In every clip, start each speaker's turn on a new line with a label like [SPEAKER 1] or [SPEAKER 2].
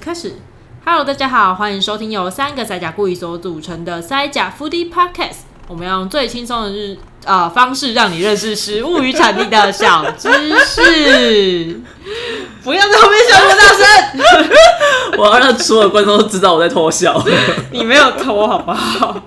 [SPEAKER 1] 开始。Hello，大家好，欢迎收听由三个塞甲故意所组成的塞甲 Foodie Podcast。我们要用最轻松的日呃方式，让你认识食物与产地的小知 识。不要在后面笑那么大声，
[SPEAKER 2] 我要让所有观众都知道我在偷 笑。
[SPEAKER 1] 你没有偷好不好？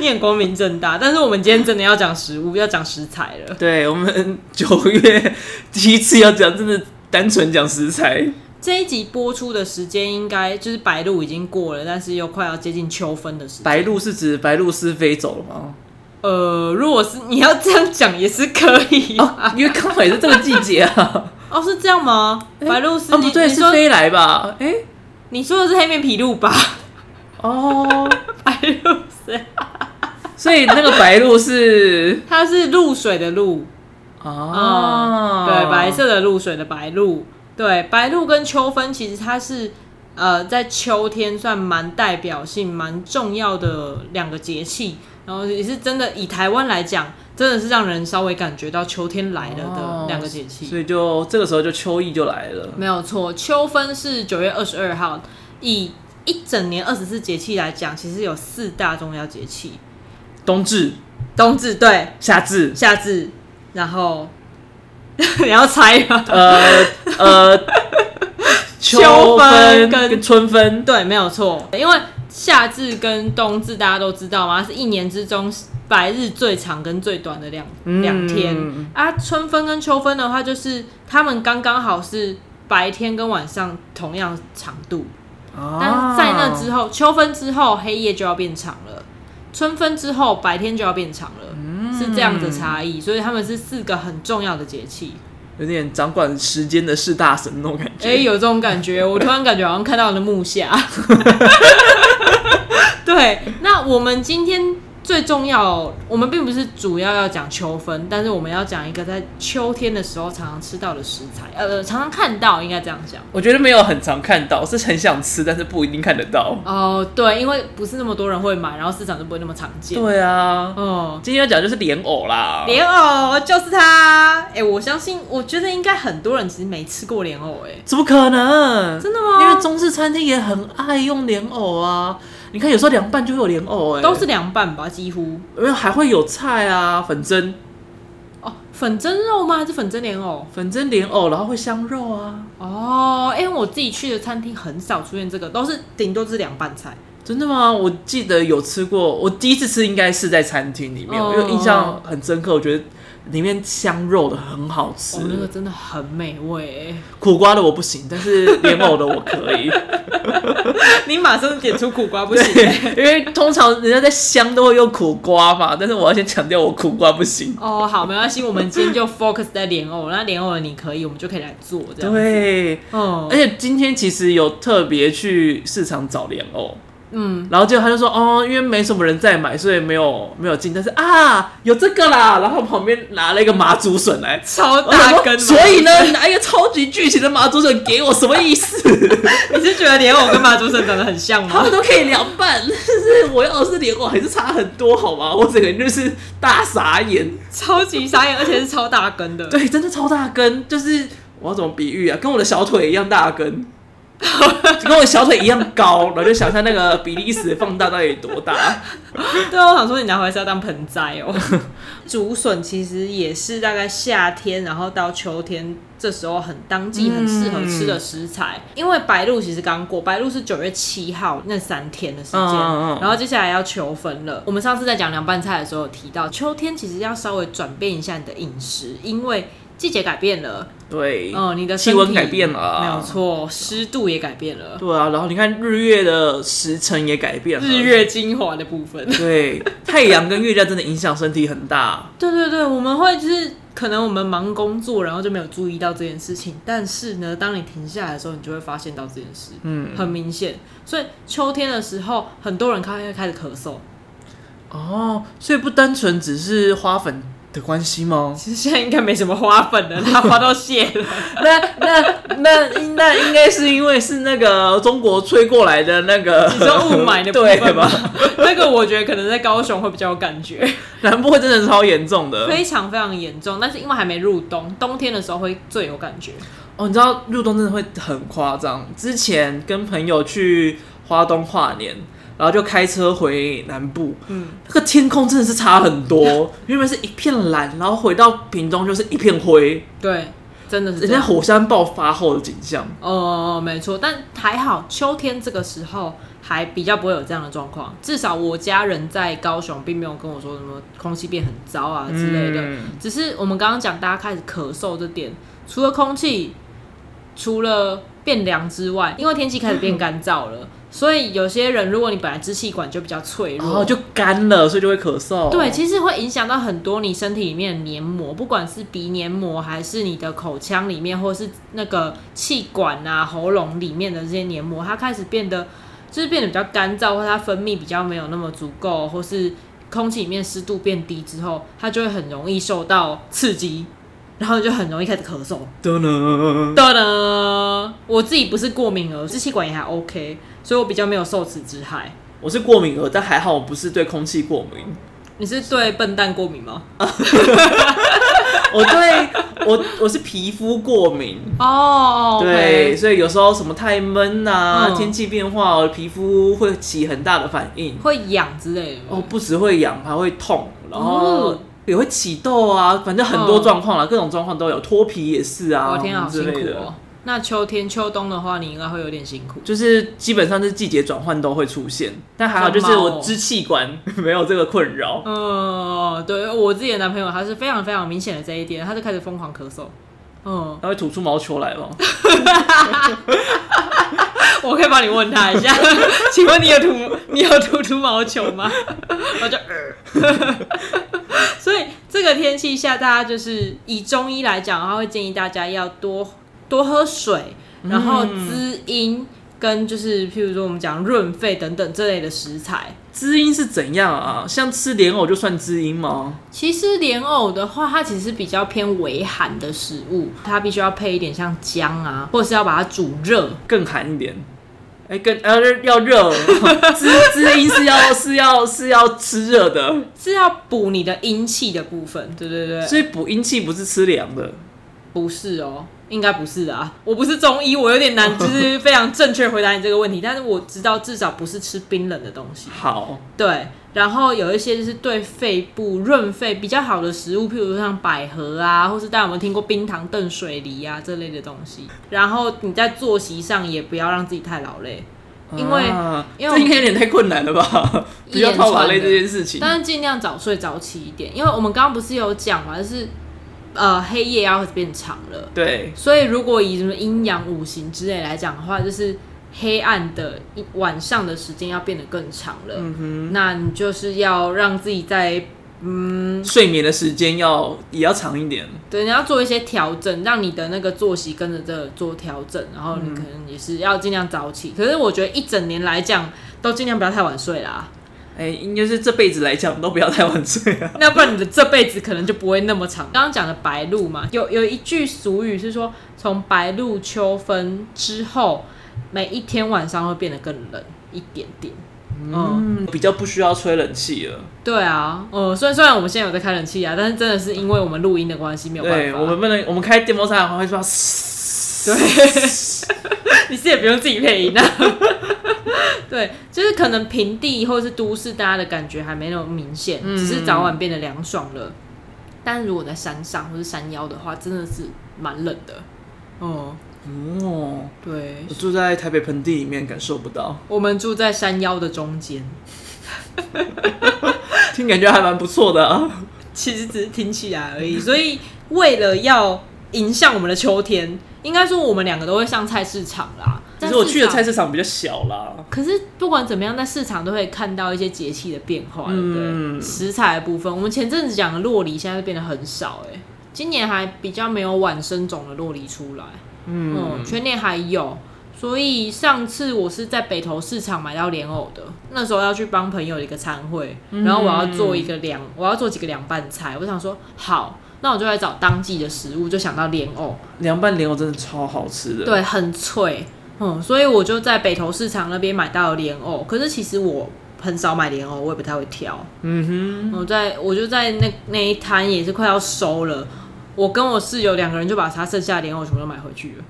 [SPEAKER 1] 你很光明正大。但是我们今天真的要讲食物，要讲食材了。
[SPEAKER 2] 对我们九月第一次要讲，真的单纯讲食材，
[SPEAKER 1] 这一集播出的时间应该就是白露已经过了，但是又快要接近秋分的时间。
[SPEAKER 2] 白鹭是指白鹭是飞走了吗？
[SPEAKER 1] 呃，如果是你要这样讲也是可以啊。
[SPEAKER 2] 哦因为刚好也是这个季节啊。
[SPEAKER 1] 哦，是这样吗？ 白鹭是
[SPEAKER 2] 啊，
[SPEAKER 1] 你
[SPEAKER 2] 不对，
[SPEAKER 1] 你
[SPEAKER 2] 是
[SPEAKER 1] 说
[SPEAKER 2] 飞来吧？哎、
[SPEAKER 1] 你说的是黑面琵鹭吧？
[SPEAKER 2] 哦，
[SPEAKER 1] 白鹭是，
[SPEAKER 2] 所以那个白鹭是
[SPEAKER 1] 它是露水的露，
[SPEAKER 2] 啊、
[SPEAKER 1] 对，白色的露水的白鹭。对，白鹭跟秋分其实它是呃在秋天算蛮代表性、蛮重要的两个节气，然后也是真的以台湾来讲，真的是让人稍微感觉到秋天来了的两个节气。
[SPEAKER 2] 哦所以就这个时候就秋意就来了。
[SPEAKER 1] 没有错，秋分是九月二十二号。以一整年二十四节气来讲，其实有四大重要节气：
[SPEAKER 2] 冬至、
[SPEAKER 1] 冬至、对
[SPEAKER 2] 夏至、
[SPEAKER 1] 夏至，然后 你要猜吗？
[SPEAKER 2] 呃 呃，
[SPEAKER 1] 秋分跟
[SPEAKER 2] 跟春分，
[SPEAKER 1] 对，没有错，因为夏至跟冬至大家都知道嘛，是一年之中白日最长跟最短的两
[SPEAKER 2] 嗯
[SPEAKER 1] 两、天啊。春分跟秋分的话，就是他们刚刚好是白天跟晚上同样长度，
[SPEAKER 2] 啊
[SPEAKER 1] 但是在那之后，秋分之后黑夜就要变长了，春分之后白天就要变长了，是这样的差异，所以他们是四个很重要的节气。
[SPEAKER 2] 有点掌管时间的士大神那种感觉。
[SPEAKER 1] 哎、有这种感觉，我突然感觉好像看到了木下。 对，那我们今天最重要，我们并不是主要要讲秋分，但是我们要讲一个在秋天的时候常常吃到的食材，呃，常常看到，应该这样讲。
[SPEAKER 2] 我觉得没有很常看到，是很想吃，但是不一定看得到。
[SPEAKER 1] 哦，对，因为不是那么多人会买，然后市场就不会那么常见。
[SPEAKER 2] 对啊，
[SPEAKER 1] 哦，
[SPEAKER 2] 今天要讲就是莲藕啦。
[SPEAKER 1] 莲藕就是它。哎、我相信，我觉得应该很多人其实没吃过莲藕、哎，
[SPEAKER 2] 怎么可能？
[SPEAKER 1] 真的
[SPEAKER 2] 因
[SPEAKER 1] 吗
[SPEAKER 2] 为？中式餐厅也很爱用莲藕啊。你看，有时候凉拌就会有莲藕、哎，
[SPEAKER 1] 都是凉拌吧，几乎。
[SPEAKER 2] 因为还会有菜啊，粉蒸、
[SPEAKER 1] 哦，粉蒸肉吗？还是粉蒸莲藕？
[SPEAKER 2] 粉蒸莲藕，然后会香肉啊。
[SPEAKER 1] 哦，因为我自己去的餐厅很少出现这个，都是顶多是凉拌菜。
[SPEAKER 2] 真的吗？我记得有吃过，我第一次吃应该是在餐厅里面，
[SPEAKER 1] 哦
[SPEAKER 2] 因为印象很深刻。我觉得里面香肉的很好吃，
[SPEAKER 1] 哦，那个真的很美味。
[SPEAKER 2] 苦瓜的我不行，但是莲藕的我 可以。
[SPEAKER 1] 你马上点出苦瓜不行。
[SPEAKER 2] 对，因为通常人家在香都会用苦瓜嘛，但是我要先强调我苦瓜不行。
[SPEAKER 1] 哦，好，没关系，我们今天就 focus 在莲藕，那莲藕的你可以，我们就可以来做这样。，
[SPEAKER 2] 对，
[SPEAKER 1] 嗯
[SPEAKER 2] 而，且今天其实有特别去市场找莲藕，
[SPEAKER 1] 嗯，
[SPEAKER 2] 然后结果他就说哦，因为没什么人在买，所以没有没有进，但是啊有这个啦，然后旁边拿了一个麻竹笋来。
[SPEAKER 1] 超
[SPEAKER 2] 我 想
[SPEAKER 1] 大
[SPEAKER 2] 说
[SPEAKER 1] 根哦。
[SPEAKER 2] 所以呢，你拿一个超级巨型的麻竹笋给我，什么意 思？
[SPEAKER 1] 你是觉得莲藕跟麻竹笋长得很像
[SPEAKER 2] 他
[SPEAKER 1] 吗
[SPEAKER 2] 们？都可以凉拌， 但是我要的是莲藕，还是差很多，好吗？我整个人就是大傻眼。
[SPEAKER 1] 超级傻眼，而且是超大根的。
[SPEAKER 2] 对，真的超大根，就是我要怎么比喻啊？跟我的小腿一样大 根，跟我的小腿一样高，然后就想象那个比利时放大到底有多大。
[SPEAKER 1] 对啊，我想说你拿回来是要当盆栽 哦。竹笋其实也是大概夏天，然后到秋天这时候很当季、很适合吃
[SPEAKER 2] 嗯
[SPEAKER 1] 的食材。因为白露其实刚过，白露是九月七号那三天的时间，
[SPEAKER 2] 嗯嗯嗯
[SPEAKER 1] 然后接下来要秋分了。我们上次在讲凉拌菜的时候有提到，秋天其实要稍微转变一下你的饮食，因为季节改变了，
[SPEAKER 2] 对，
[SPEAKER 1] 哦、你的
[SPEAKER 2] 气
[SPEAKER 1] 身
[SPEAKER 2] 温
[SPEAKER 1] 体
[SPEAKER 2] 改变了啊
[SPEAKER 1] 没有错，湿度也改变了，
[SPEAKER 2] 对啊，然后你看日月的时辰也改变了，
[SPEAKER 1] 日月精华的部分。
[SPEAKER 2] 对太阳跟月亮真的影响身体很大。
[SPEAKER 1] 对对对，我们会就是可能我们忙工作，然后就没有注意到这件事情。但是呢，当你停下来的时候，你就会发现到这件事，
[SPEAKER 2] 嗯，
[SPEAKER 1] 很明显。所以秋天的时候，很多人开会开始咳嗽。
[SPEAKER 2] 哦，所以不单纯只是花粉的关系吗？
[SPEAKER 1] 其实现在应该没什么花粉了，它花都谢了。
[SPEAKER 2] 那那那那应该是因为是那个中国吹过来的那个，
[SPEAKER 1] 你说雾 霾的部
[SPEAKER 2] 对
[SPEAKER 1] 分吗
[SPEAKER 2] 吧？？
[SPEAKER 1] 那个我觉得可能在高雄会比较有感觉，
[SPEAKER 2] 南部会真的超严重的
[SPEAKER 1] 非常非常严重。但是因为还没入冬，冬天的时候会最有感觉。
[SPEAKER 2] 哦，你知道入冬真的会很夸张。之前跟朋友去花东跨年，然后就开车回南部，
[SPEAKER 1] 嗯，
[SPEAKER 2] 那个天空真的是差很 多。原本是一片蓝，然后回到屏东就是一片灰，
[SPEAKER 1] 对，真的是
[SPEAKER 2] 人
[SPEAKER 1] 这
[SPEAKER 2] 家
[SPEAKER 1] 样。
[SPEAKER 2] 火山爆发后的景象。
[SPEAKER 1] 哦，没错，但还好，秋天这个时候还比较不会有这样的状况。至少我家人在高雄，并没有跟我说什么空气变很糟啊之类的。
[SPEAKER 2] 嗯
[SPEAKER 1] 只是我们刚刚讲大家开始咳嗽这点，除了空气，除了变凉之外，因为天气开始变干燥了，所以有些人如果你本来支气管就比较脆
[SPEAKER 2] 然
[SPEAKER 1] 弱，
[SPEAKER 2] 后哦就干了，所以就会咳嗽。
[SPEAKER 1] 对，其实会影响到很多你身体里面的黏膜，不管是鼻黏膜，还是你的口腔里面，或是那个气管啊、喉咙里面的这些黏膜，它开始变得就是变得比较干燥，或它分泌比较没有那么足够，或是空气里面湿度变低之后，它就会很容易受到刺激，然后就很容易开始咳嗽。
[SPEAKER 2] 噔噔，
[SPEAKER 1] 的呢，我自己不是过敏儿，支气管也还 OK，所以我比较没有受此之害。
[SPEAKER 2] 我是过敏儿，但还好我不是对空气过敏。
[SPEAKER 1] 你是对笨蛋过敏吗？
[SPEAKER 2] 我对我我是皮肤过敏，
[SPEAKER 1] 哦、o k
[SPEAKER 2] 对，所以有时候什么太闷啊，
[SPEAKER 1] 嗯
[SPEAKER 2] 天气变化，我的皮肤会起很大的反应。
[SPEAKER 1] 会痒之类的。
[SPEAKER 2] 哦，不只会痒，还会痛，然后
[SPEAKER 1] 哦
[SPEAKER 2] 也会起痘啊，反正很多状况啦，各种状况都有，脱皮也是啊，
[SPEAKER 1] 我天啊，好
[SPEAKER 2] 之
[SPEAKER 1] 辛
[SPEAKER 2] 类
[SPEAKER 1] 苦
[SPEAKER 2] 的
[SPEAKER 1] 哦。。那秋天、秋冬的话，你应该会有点辛苦。
[SPEAKER 2] 就是基本上是季节转换都会出现，但还好就是
[SPEAKER 1] 好猫
[SPEAKER 2] 我
[SPEAKER 1] 哦
[SPEAKER 2] 支气管 没有这个困扰。
[SPEAKER 1] 嗯，对我自己的男朋友，他是非常非常明显的这一点，他就开始疯狂咳嗽。嗯，
[SPEAKER 2] 它会吐出毛球来吗？
[SPEAKER 1] 我可以帮你问他 一下，请问你有吐你有吐出毛球吗？我就呃， 所以这个天气下，大家就是以中医来讲，他会建议大家要多多喝水，然后
[SPEAKER 2] 嗯
[SPEAKER 1] 滋阴跟就是譬如说我们讲润肺等等这类的食材。
[SPEAKER 2] 滋阴是怎样啊？像吃莲藕就算滋阴吗？
[SPEAKER 1] 其实莲藕的话，它其实比较偏微寒的食物，它必须要配一点像姜啊，或是要把它煮热。
[SPEAKER 2] 更寒一点。哎、更呃要热， 滋滋阴是要是要是要吃热的，
[SPEAKER 1] 是要补你的阴气的部分，对对对，
[SPEAKER 2] 所以补阴气不是吃凉的。
[SPEAKER 1] 不是哦，应该不是啊，我不是中医，我有点难，就是非常正确地回答你这个问题，但是我知道至少不是吃冰冷的东西，
[SPEAKER 2] 好，
[SPEAKER 1] 对，然后有一些就是对肺部润肺比较好的食物，譬如说像百合啊，或是大家有没有听过冰糖炖水梨啊这类的东西，然后你在作息上也不要让自己太劳累。因为
[SPEAKER 2] 啊
[SPEAKER 1] 因为
[SPEAKER 2] 这应该有点太困难 了吧？
[SPEAKER 1] 一
[SPEAKER 2] 比较
[SPEAKER 1] 连串
[SPEAKER 2] 套娃类
[SPEAKER 1] 的
[SPEAKER 2] 这件事情，
[SPEAKER 1] 但是尽量早睡早起一点，因为我们刚刚不是有讲嘛，就是呃黑夜要变长了，
[SPEAKER 2] 对，
[SPEAKER 1] 所以如果以什么阴阳五行之类来讲的话，就是黑暗的一晚上的时间要变得更长了。那你就是要让自己在嗯，
[SPEAKER 2] 睡眠的时间要也要长一点。
[SPEAKER 1] 对，你要做一些调整，让你的那个作息跟着这个做调整，然后你可能也是要尽量早起。可是我觉得一整年来讲，都尽量不要太晚睡啦。
[SPEAKER 2] 哎、应该是这辈子来讲都不要太晚睡啊。
[SPEAKER 1] 那不然你的这辈子可能就不会那么长。刚刚讲的白露嘛，有有一句俗语是说，从白露秋分之后，每一天晚上会变得更冷一点点。嗯，
[SPEAKER 2] 嗯，比较不需要吹冷气了。
[SPEAKER 1] 对啊，呃，虽然虽然我们现在有在开冷气啊，但是真的是因为我们录音的关系没有办法。
[SPEAKER 2] 对，我们不能，我们开电风扇的话会说， 对，
[SPEAKER 1] 你是也不用自己配音啊。 对，就是可能平地或是都市，大家的感觉还没那么明显，
[SPEAKER 2] 嗯
[SPEAKER 1] 只是早晚变得凉爽了。但如果在山上或是山腰的话，真的是蛮冷的。哦、
[SPEAKER 2] 哦，
[SPEAKER 1] 对，
[SPEAKER 2] 我住在台北盆地里面，感受不到，
[SPEAKER 1] 我们住在山腰的中间，
[SPEAKER 2] 听感觉还蛮不错的啊。
[SPEAKER 1] 其实只是听起来而 已。所以为了要迎向我们的秋天，应该说我们两个都会上菜市场啦。
[SPEAKER 2] 只是我去的菜
[SPEAKER 1] 市
[SPEAKER 2] 市场比较小啦。
[SPEAKER 1] 可是不管怎么样，在市场都会看到一些节气的变化，对不对？
[SPEAKER 2] 嗯
[SPEAKER 1] 食材的部分，我们前阵子讲的洛梨，现在变得很少、哎，今年还比较没有晚生种的洛梨出来，嗯，
[SPEAKER 2] 嗯，
[SPEAKER 1] 全年还有。所以上次我是在北投市场买到莲藕的，那时候要去帮朋友的一个餐会，然后我要做一个凉，我要做几个凉拌菜，我想说好，那我就来找当季的食物，就想到莲藕，
[SPEAKER 2] 凉拌莲藕真的超好吃的。，
[SPEAKER 1] 对，很脆，嗯，所以我就在北投市场那边买到了莲藕。可是其实我很少买莲藕，我也不太会挑。
[SPEAKER 2] 嗯
[SPEAKER 1] 我在我就在那那一摊也是快要收了，我跟我室友两个人就把他剩下的莲藕全部都买回去了。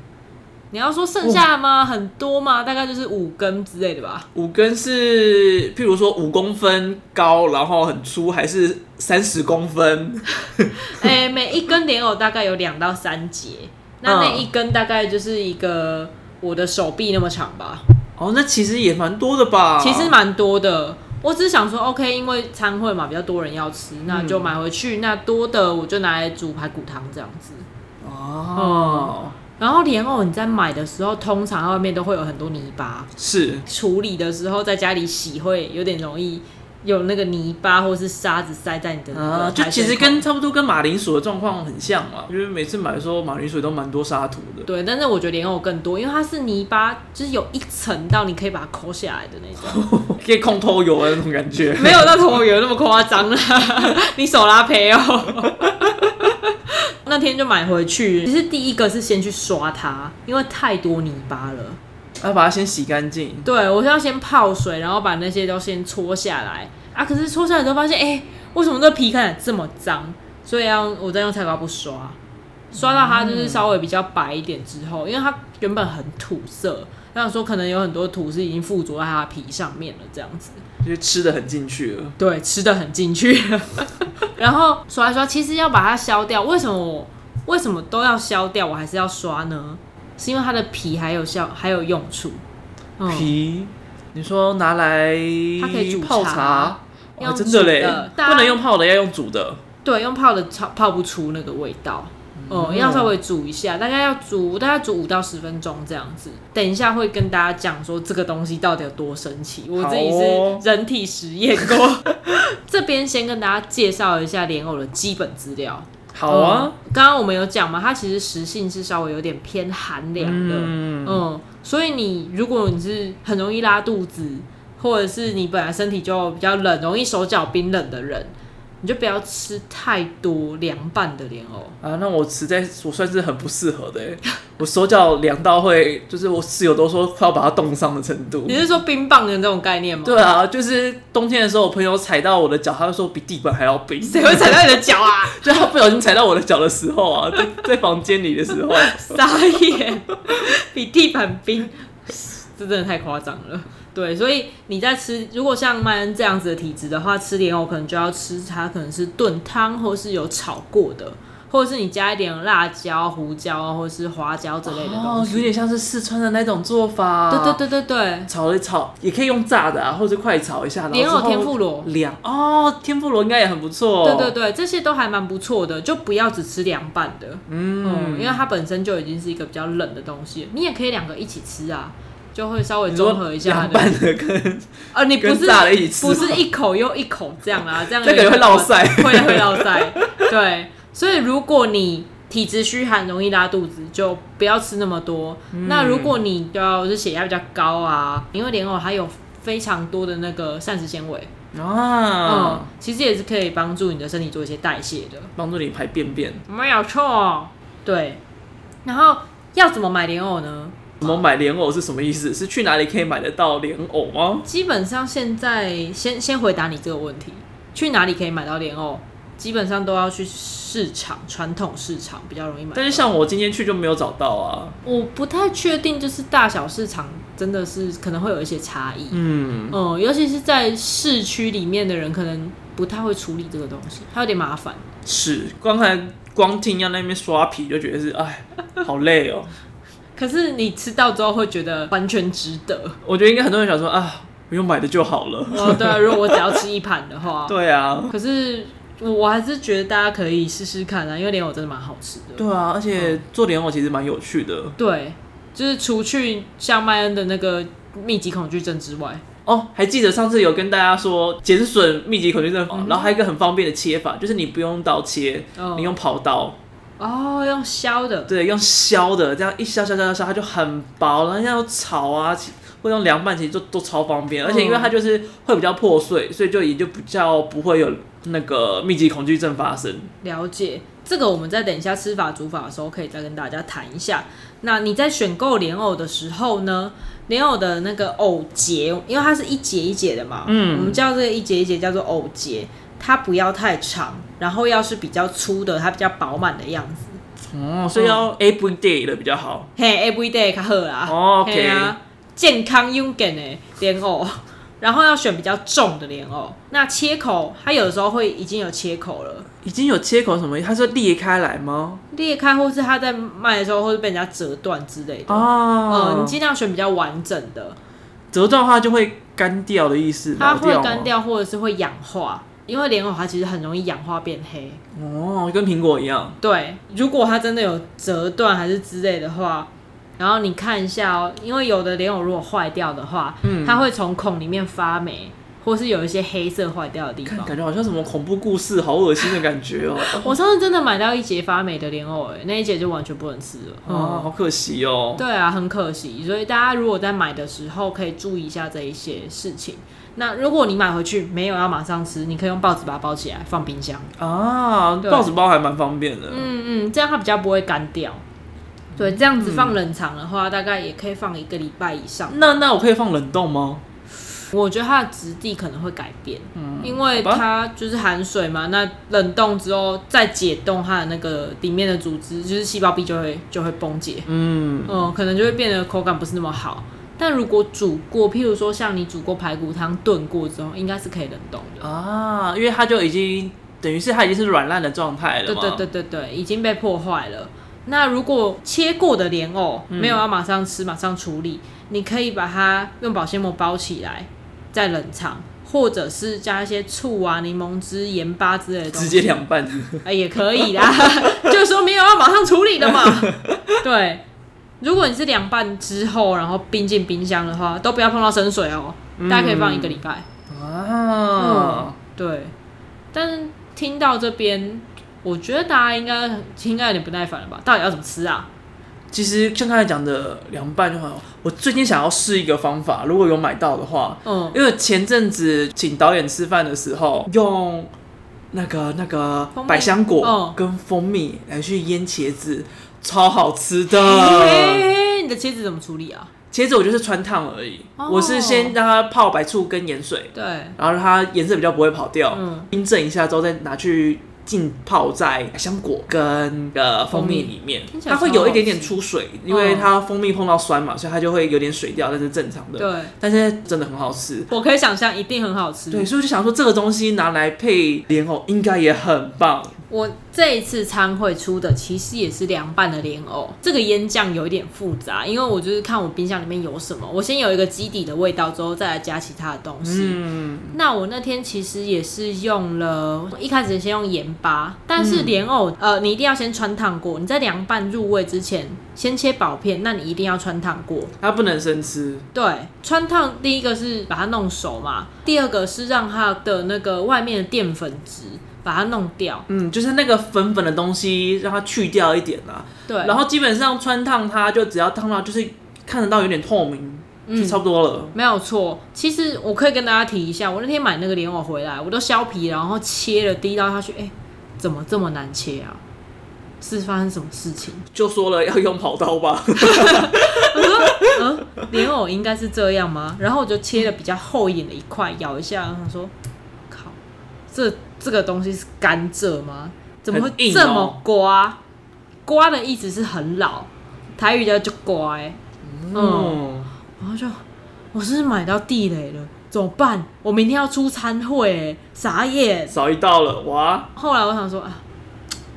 [SPEAKER 1] 你要说剩下吗？很多吗？大概就是五根之类的吧。
[SPEAKER 2] 五根是，譬如说五公分高，然后很粗，还是三十公分？
[SPEAKER 1] 哎、每一根莲藕大概有两到三节，那那一根大概就是一个我的手臂那么长吧，
[SPEAKER 2] 哦，那其实也蛮多的吧？
[SPEAKER 1] 其实蛮多的。我只是想说，OK，因为餐会嘛，比较多人要吃，那就买回去。那多的我就拿来煮排骨汤这样子。
[SPEAKER 2] 哦，
[SPEAKER 1] 然后莲藕你在买的时候，通常它外面都会有很多泥巴，
[SPEAKER 2] 是
[SPEAKER 1] 处理的时候在家里洗会有点容易有那个泥巴或是沙子塞在你的那
[SPEAKER 2] 啊，
[SPEAKER 1] 个
[SPEAKER 2] 就
[SPEAKER 1] 海
[SPEAKER 2] 其
[SPEAKER 1] 鲜
[SPEAKER 2] 实
[SPEAKER 1] 口
[SPEAKER 2] 跟差不多跟马铃薯的状况很像嘛，就是每次买的时候马铃薯都蛮多沙土的。
[SPEAKER 1] 对，但是我觉得莲藕更多，因为它是泥巴，就是有一层到你可以把它抠下来的那 种，
[SPEAKER 2] 可以控偷油的啊那种感觉。
[SPEAKER 1] 没有到头有那么夸张啦， 你手拉胚哦。 那天就买回去，其实第一个是先去刷它，因为太多泥巴了。
[SPEAKER 2] 要啊把它先洗干净。
[SPEAKER 1] 对，我是要先泡水，然后把那些都先搓下来啊。可是搓下来之后发现，哎、为什么这皮看起来这么脏？所以要啊我再用菜瓜布刷，刷到它就是稍微比较白一点之后，因为它原本很土色，那想说可能有很多土是已经附着在它的皮上面了，这样子。
[SPEAKER 2] 就是吃的很进去了。
[SPEAKER 1] 对，吃的很进去。然后刷一刷，其实要把它削掉，为什么我为什么都要削掉，我还是要刷呢？是因为它的皮还有效，还有用处。嗯
[SPEAKER 2] 皮，你说拿来
[SPEAKER 1] 它可以煮
[SPEAKER 2] 泡
[SPEAKER 1] 茶
[SPEAKER 2] 哇
[SPEAKER 1] 用
[SPEAKER 2] 真的嘞
[SPEAKER 1] 煮的，大家
[SPEAKER 2] 不能用泡的，要用煮的。
[SPEAKER 1] 对，用泡的泡泡不出那个味道。
[SPEAKER 2] 嗯
[SPEAKER 1] 哦、要稍微煮一下，大概要煮大概煮五到十分钟这样子。等一下会跟大家讲说这个东西到底有多神奇，我自己
[SPEAKER 2] 好哦
[SPEAKER 1] 是人体实验过。 这边先跟大家介绍一下莲藕的基本资料。
[SPEAKER 2] 好啊，
[SPEAKER 1] 嗯刚刚我们有讲嘛，它其实食性是稍微有点偏寒凉的，嗯
[SPEAKER 2] 嗯，
[SPEAKER 1] 所以你如果你是很容易拉肚子，或者是你本来身体就比较冷，容易手脚冰冷的人，你就不要吃太多凉拌的莲藕。
[SPEAKER 2] 啊，那我实在我算是很不适合的欸，我手脚凉到会，就是我室友都说快要把它冻伤的程度
[SPEAKER 1] 你。是说冰棒的这种概念吗？，
[SPEAKER 2] 对啊，就是冬天的时候，我朋友踩到我的脚，他就说比地板还要 冰。
[SPEAKER 1] 谁会踩到你的脚啊？
[SPEAKER 2] 就他不小心踩到我的脚的时候啊，在在房间里的时候，
[SPEAKER 1] 傻眼，比地板冰，这真的太夸张了。对，所以你在吃，如果像麦恩这样子的体质的话，吃莲藕可能就要吃它可能是炖汤，或是有炒过的，或者是你加一点辣椒、胡椒或是花椒之类的东
[SPEAKER 2] 哦，有
[SPEAKER 1] 西。
[SPEAKER 2] 点像是四川的那种做法。
[SPEAKER 1] 对对对对对，
[SPEAKER 2] 炒一炒，也可以用炸的啊，或者快炒一下。然后
[SPEAKER 1] 莲藕
[SPEAKER 2] 之后
[SPEAKER 1] 天妇罗
[SPEAKER 2] 凉哦，天妇罗应该也很不错。
[SPEAKER 1] 对对对，这些都还蛮不错的，就不要只吃凉拌的，嗯，因为它本身就已经是一个比较冷的东西，你也可以两个一起吃啊，就会稍微
[SPEAKER 2] 你说
[SPEAKER 1] 综合一下它
[SPEAKER 2] 凉
[SPEAKER 1] 的
[SPEAKER 2] 拌的跟
[SPEAKER 1] 啊，你不
[SPEAKER 2] 跟
[SPEAKER 1] 是
[SPEAKER 2] 炸的一起吃
[SPEAKER 1] 不是一口又一口这样啊，这 样
[SPEAKER 2] 这个也会落腮
[SPEAKER 1] 会会落腮。对，所以如果你体质虚寒，容易拉肚子，就不要吃那么多。
[SPEAKER 2] 嗯
[SPEAKER 1] 那如果你要是血压比较高啊，因为莲藕它有非常多的那个膳食纤维，嗯
[SPEAKER 2] 啊，，
[SPEAKER 1] 其实也是可以帮助你的身体做一些代谢的。
[SPEAKER 2] 帮助你排便便。
[SPEAKER 1] 没有错，对。然后要怎么买莲藕呢？
[SPEAKER 2] 怎么买莲藕是什么意思？是去哪里可以买得到莲藕吗？
[SPEAKER 1] 基本上现在先先回答你这个问题，去哪里可以买到莲藕？基本上都要去市场，传统市场比较容易买到。
[SPEAKER 2] 但是像我今天去就没有找到啊。
[SPEAKER 1] 我不太确定，就是大小市场真的是可能会有一些差异。
[SPEAKER 2] 嗯，
[SPEAKER 1] 嗯，尤其是在市区里面的人，可能不太会处理这个东西，它有点麻烦。
[SPEAKER 2] 是，刚才光听要那边刷皮就觉得是，哎，好累哦。
[SPEAKER 1] 可是你吃到之后会觉得完全值得。
[SPEAKER 2] 我觉得应该很多人想说啊，不用买的就好了。
[SPEAKER 1] 哦，对啊，如果我只要吃一盘的 话，
[SPEAKER 2] 对啊，
[SPEAKER 1] 可是我我还是觉得大家可以试试看啊，因为莲藕真的蛮好吃的。
[SPEAKER 2] 对啊，而且做莲藕其实蛮有趣的。
[SPEAKER 1] 对，就是除去像麦恩的那个密集恐惧症之外，
[SPEAKER 2] 哦，还记得上次有跟大家说减损密集恐惧症法，然后还有一个很方便的切法，就是你不用刀切，
[SPEAKER 1] 哦
[SPEAKER 2] 你用刨刀，
[SPEAKER 1] 哦，用削的，
[SPEAKER 2] 对，用削的，这样一削削削削削，它就很薄，然后要炒啊，其或用凉拌，其实就都超方
[SPEAKER 1] 嗯
[SPEAKER 2] 便，而且因为它就是会比较破碎，所以就也就比较不会有那个密集恐惧症发生。
[SPEAKER 1] 了解。这个我们在等一下吃法煮法的时候可以再跟大家谈一下。那你在选购莲藕的时候呢，莲藕的那个藕节，因为它是一节一节的嘛，嗯，我们叫这个一节一节叫做藕节。它不要太长，然后要是比较粗的，它比较饱满的样子。
[SPEAKER 2] 哦，所以要 every day 的比较好。
[SPEAKER 1] 嘿，every day 较好啦。
[SPEAKER 2] 哦，OK
[SPEAKER 1] 嘿嗯啊，健康勇敢的莲藕，然后要选比较重的莲藕。那切口，它有的时候会已经有切口了，
[SPEAKER 2] 已经有切口什么？它是裂开来吗？
[SPEAKER 1] 裂开或是它在卖的时候会被人家折断之类的。呃，
[SPEAKER 2] 哦，
[SPEAKER 1] 你尽量选比较完整的，
[SPEAKER 2] 折断的话就会干掉的意思，
[SPEAKER 1] 它
[SPEAKER 2] 老
[SPEAKER 1] 会
[SPEAKER 2] 掉吗哦
[SPEAKER 1] 干。掉或者是会氧化，因为莲藕它其实很容易氧化变黑。
[SPEAKER 2] 哦，跟苹果一样。
[SPEAKER 1] 对，如果它真的有折断还是之类的话，然后你看一下哦，因为有的莲藕如果坏掉的话，
[SPEAKER 2] 嗯
[SPEAKER 1] 它会从孔里面发霉，或是有一些黑色坏掉的地
[SPEAKER 2] 看
[SPEAKER 1] 方。
[SPEAKER 2] 感觉好像什么恐怖故事，好恶心的感觉哦。
[SPEAKER 1] 我上次真的买到一节发霉的莲藕，哎，那一节就完全不能吃了。
[SPEAKER 2] 哦，好可惜哦。
[SPEAKER 1] 对啊，很可惜，所以大家如果在买的时候可以注意一下这一些事情。那如果你买回去没有要马上吃，你可以用报纸把它包起来放冰箱。
[SPEAKER 2] 啊，
[SPEAKER 1] 对
[SPEAKER 2] 报纸包还蛮方便的。
[SPEAKER 1] 嗯嗯，这样它比较不会干掉。对，这样子放冷藏的话，大概也可以放一个礼拜以上。
[SPEAKER 2] 那那我可以放冷冻吗？
[SPEAKER 1] 我觉得它的质地可能会改变，
[SPEAKER 2] 嗯
[SPEAKER 1] 因为
[SPEAKER 2] 好吧
[SPEAKER 1] 它就是含水嘛，那冷冻之后再解冻它的那个里面的组织，就是细胞壁就会就会崩解。
[SPEAKER 2] 嗯，
[SPEAKER 1] 嗯，可能就会变得口感不是那么好。但如果煮过，譬如说像你煮过排骨汤炖过之后，应该是可以冷冻的。
[SPEAKER 2] 啊，因为它就已经等于是它已经是软烂的状态了
[SPEAKER 1] 对
[SPEAKER 2] 嘛。
[SPEAKER 1] 对对对对，已经被破坏了。那如果切过的莲藕没有要马上吃、马上处理，你可以把它用保鲜膜包起来，再冷藏，或者是加一些醋啊、柠檬汁、盐巴之类的东
[SPEAKER 2] 直
[SPEAKER 1] 西，
[SPEAKER 2] 接凉拌。
[SPEAKER 1] 哎，也可以啦，就说没有要马上处理的嘛。对，如果你是凉拌之后，然后冰进冰箱的话，都不要碰到生水哦，大家可以放一个礼拜。嗯
[SPEAKER 2] 啊，
[SPEAKER 1] 对，但是听到这边，我觉得大家应该应该有点不耐烦了吧？到底要怎么吃啊？
[SPEAKER 2] 其实像刚才讲的凉拌就很好。我最近想要试一个方法，如果有买到的话，
[SPEAKER 1] 嗯，
[SPEAKER 2] 因为前阵子请导演吃饭的时候，用那个那个
[SPEAKER 1] 蜂蜜
[SPEAKER 2] 百香
[SPEAKER 1] 哦
[SPEAKER 2] 果跟蜂蜜来去腌茄子，超好吃
[SPEAKER 1] 嘿
[SPEAKER 2] 的。
[SPEAKER 1] 哎你的茄子怎么处理啊？
[SPEAKER 2] 茄子我就是穿烫而已，
[SPEAKER 1] 哦
[SPEAKER 2] 我是先让它泡白醋跟盐水，
[SPEAKER 1] 对，
[SPEAKER 2] 然后让它颜色比较不会跑掉
[SPEAKER 1] 嗯，
[SPEAKER 2] 冰镇一下之后再拿去浸泡在百香果跟呃蜂蜜里面
[SPEAKER 1] 听，起来
[SPEAKER 2] 它会有一点点出水，因为
[SPEAKER 1] 嗯
[SPEAKER 2] 它蜂蜜碰到酸嘛，所以它就会有点水掉，那是正常的。
[SPEAKER 1] 对，
[SPEAKER 2] 但是真的很好吃，
[SPEAKER 1] 我可以想象一定很好吃。
[SPEAKER 2] 对，所以我就想说这个东西拿来配莲藕应该也很棒。
[SPEAKER 1] 我这一次参会出的其实也是凉拌的莲藕，这个腌酱有一点复杂，因为我就是看我冰箱里面有什么，我先有一个基底的味道，之后再来加其他的东西。
[SPEAKER 2] 嗯，
[SPEAKER 1] 那我那天其实也是用了，一开始先用盐巴，但是莲藕、呃，你一定要先穿烫过，你在凉拌入味之前先切薄片，那你一定要穿烫过。
[SPEAKER 2] 它不能生吃，
[SPEAKER 1] 对，穿烫第一个是把它弄熟嘛，第二个是让它的那个外面的淀粉质把它弄掉。
[SPEAKER 2] 嗯，就是那个粉粉的东西让它去掉一点啊啦、
[SPEAKER 1] 对，
[SPEAKER 2] 然后基本上穿烫它就只要烫到就是看得到有点透明，就差不多了。
[SPEAKER 1] 没有错，其实我可以跟大家提一下，我那天买那个莲藕回来，我都削皮，然后切了滴到下去，哎、怎么这么难切啊？是发生什么事情？
[SPEAKER 2] 就说了要用跑刀吧，
[SPEAKER 1] 嗯，莲藕应该是这样吗？然后我就切了比较厚一点的一块，咬一下，然后想说，靠，这这个东西是甘蔗吗？怎么
[SPEAKER 2] 很
[SPEAKER 1] 会
[SPEAKER 2] 硬
[SPEAKER 1] 这
[SPEAKER 2] 哦
[SPEAKER 1] 么刮？刮的意思是很老，台语叫就刮、欸，
[SPEAKER 2] 嗯，
[SPEAKER 1] 然后就我是不是买到地雷了，怎么办？我明天要出餐会、欸，傻眼。
[SPEAKER 2] 少一道了，哇，
[SPEAKER 1] 后来我想说啊，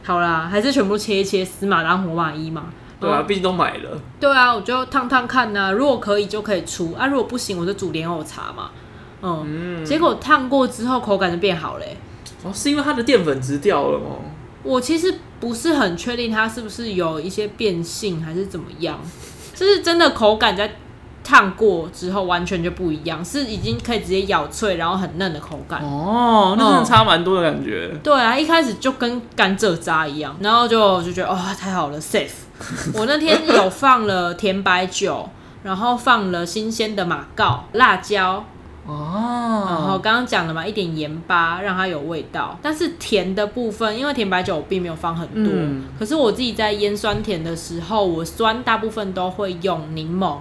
[SPEAKER 1] 好啦，还是全部切一切，死马当活马医嘛。
[SPEAKER 2] 对啊，毕竟都买了，
[SPEAKER 1] 对啊，我就烫烫看呐、如果可以就可以出啊，如果不行我就煮莲藕茶嘛。嗯，结果烫过之后口感就变好嘞、
[SPEAKER 2] 哦，是因为它的淀粉质掉了吗？
[SPEAKER 1] 我其实不是很确定它是不是有一些变性还是怎么样，就是真的口感在烫过之后完全就不一样，是已经可以直接咬脆，然后很嫩的口感。
[SPEAKER 2] 哦，那真的差蛮多的感觉。
[SPEAKER 1] 对啊，一开始就跟甘蔗渣一样，然后就就觉得哦太好了，safe。我那天有放了甜白酒，然后放了新鲜的马告、辣椒，
[SPEAKER 2] 哦，
[SPEAKER 1] 然后刚刚讲了嘛，一点盐巴让它有味道。但是甜的部分，因为甜白酒我并没有放很多，
[SPEAKER 2] 嗯
[SPEAKER 1] 可是我自己在腌酸甜的时候，我酸大部分都会用柠檬。